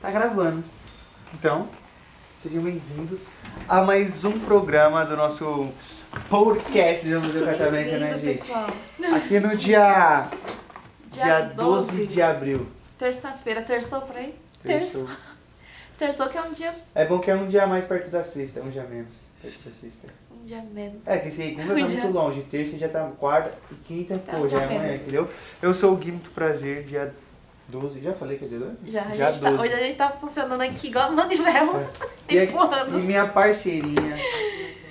Tá gravando. Então, sejam bem-vindos a mais um programa do nosso podcast de Museu Catavento, né, Bem-vindo, gente? pessoal. Aqui no dia. Dia Dia 12 de 12. abril. Terça-feira, terçou por aí? Terçou. Terçou que é um dia, É bom que é um dia mais perto da sexta, um dia menos perto da sexta. um dia menos. É, que segunda Um tá dia- muito longe, terça já tá quarta e quinta, Tá, pô, já já é amanhã, menos. entendeu? Eu sou o Gui, muito prazer, dia 12. Já falei que é dia 12? Já, a dia É. gente tá, hoje a gente tá funcionando aqui igual manivela, tá E, aqui- e empurrando. minha parceirinha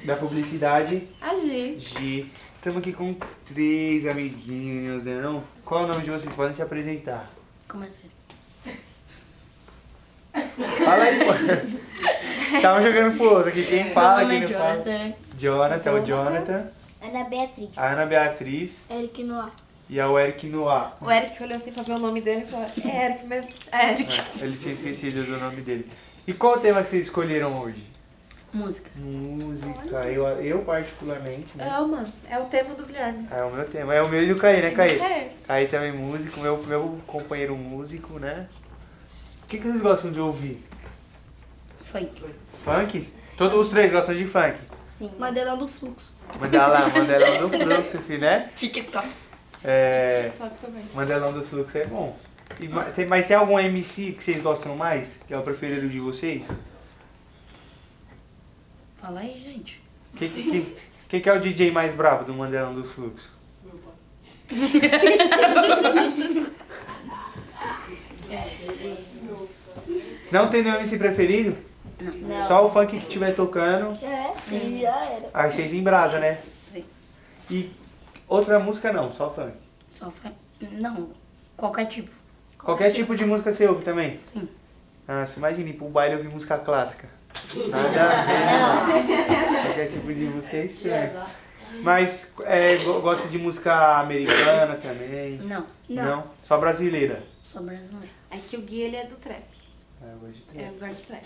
da publicidade, Agir. Gi. Estamos aqui com três amiguinhos, né não? Qual é o nome de vocês? Podem se apresentar. é Começa ele. Fala aí, pô. Tava jogando pro outro aqui. Quem fala, quem não é fala. Jonathan, é o Jonathan. Ana Beatriz. A Ana Beatriz Eric Noir. e a o Eric Noir. O Eric olhou assim pra ver o nome dele e falou, é Eric mesmo? É Eric. É, Ele tinha esquecido do nome dele. E qual o tema que vocês escolheram hoje? Música. Música. Eu, eu particularmente, né? Ama, é o tema do Guilherme. É o meu tema. É o meu e do Caí, né, Caí? É, Aí também músico, meu, meu companheiro músico, né? O que, que vocês gostam de ouvir? Funk. Funk? Todos os três gostam de funk. Sim. Madeirão do Fluxo. Mandela, Mandelão do Fluxo, fi, né? TikTok. É, TikTok também. Mandelão do Fluxo é bom. E ma- tem- mas tem algum MC que vocês gostam mais? Que é o preferido de vocês? Fala aí, gente. Quem que, que, que que é o DJ mais bravo do Mandelão do Fluxo? Não tem nenhum MC preferido? Não. Só o funk que estiver tocando. É, sim, já era. Aí vocês em brasa, né? Sim. E outra música não, só funk. Só funk. Não. Qualquer tipo. Qualquer tipo de música você ouve também? Sim. Ah, se imagina, ir pro baile ouvir música clássica. Nada a ver. Qualquer tipo de música é estranho. Mas é, go- gosta de música americana também? Não. Só brasileira? Sou brasileiro. É que o Gui, ele é do trap. É, hoje É tem. um guard trap.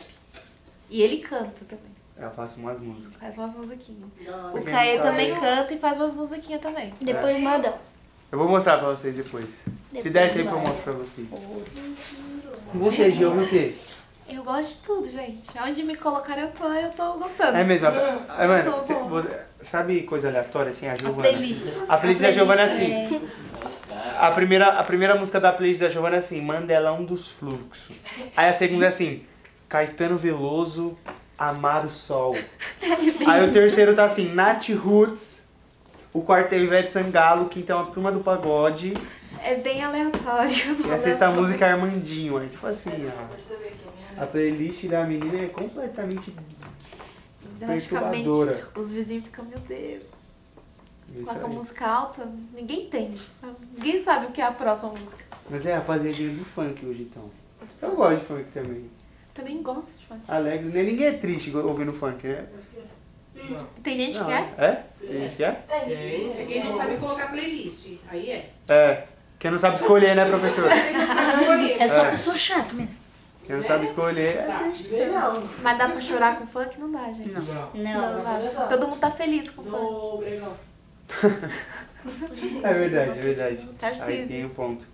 E ele canta também. Eu faço umas músicas. Faz umas musiquinhas. Porque O Caê não também sabe. canta e faz umas musiquinhas também. Depois manda. Eu vou mostrar pra vocês depois. Se Depois der tempo eu vai. mostro pra vocês. Você, Gil, ouve o quê? Eu gosto de tudo, gente. Onde me colocar eu tô, eu tô gostando. É mesmo. Ah, mano, Tô cê- bom. você- sabe coisa aleatória assim? A Giovana. playlist. A playlist da Giovana é assim. A primeira, a primeira música da playlist da Giovana é assim, Mandelão dos Fluxos. Aí a segunda é assim, Caetano Veloso, Amar o Sol. Aí o terceiro tá assim, Nat Roots, o quarto é Ivete Sangalo, o quinto é uma turma do pagode. É bem aleatório. E a sexta música é Armandinho. Aí tipo assim, a, a playlist da menina é completamente Praticamente, perturbadora. os vizinhos ficam, meu Deus, Isso coloca aí. música alta, ninguém entende. sabe? Ninguém sabe o que é a próxima música. Mas é a rapaziadinha do funk hoje então. Eu gosto de funk também. Também gosto de funk. Alegre, né? Ninguém é triste go- ouvindo funk, né? Tem gente que é? É? Tem gente que é? É quem não sabe colocar playlist. Aí é. É. Quem não sabe escolher, né, professor? Quem não sabe escolher. tá? É só É. pessoa chata mesmo. Quem não sabe escolher. é. Mas dá pra chorar com funk? Não dá, gente. Não. Não. dá. Todo mundo tá feliz com funk. É verdade, é verdade. Aí tem Tarcísio. o ponto.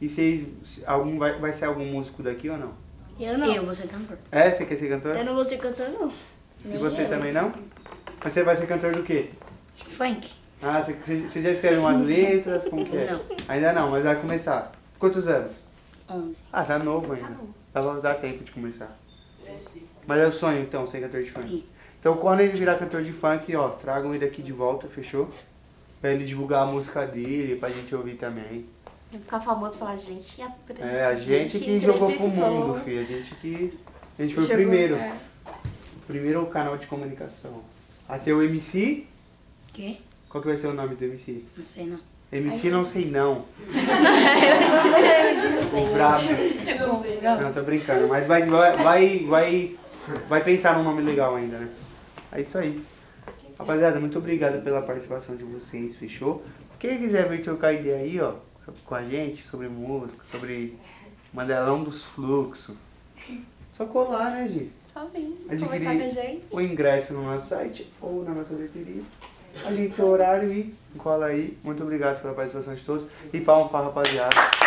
E vocês. Algum, vai, vai ser algum músico daqui ou não? Eu Eu vou ser cantor. É? Você quer ser cantor? não vou ser cantor, não. E você também não? Mas você vai ser cantor do quê? Funk. Ah, você- você você já escreveu umas letras? Como que é? Não. Ainda não, mas vai começar. Quantos anos? 11. Ah, tá novo ainda. novo. Dá pra dar tempo de começar. Mas é o sonho, então, ser cantor de funk. Sim. Então, quando ele virar cantor de funk, ó, tragam ele aqui de volta, fechou? Pra ele divulgar a música dele, pra gente ouvir também. Ele ficar famoso e falar, gente, a, É, a gente que jogou pro mundo, filho. A gente que... A gente foi o primeiro. é. Primeiro canal de comunicação. Até o MC... Quê? Qual que vai ser o nome do MC? Não sei não. MC não sei não. O brabo. Não, tô brincando, mas vai, vai, vai, vai, vai pensar num nome legal ainda, né? É isso aí. Rapaziada, muito obrigado pela participação de vocês, fechou? Quem quiser vir trocar ideia aí, ó, com a gente, sobre música, sobre Mandelão dos Fluxos, só colar, né, gente? Só vem conversar com a Adquirir gente. o ingresso no nosso site ou na nossa bilheteria. A gente seu horário e cola aí. Muito obrigado pela participação de todos. E palma pra rapaziada.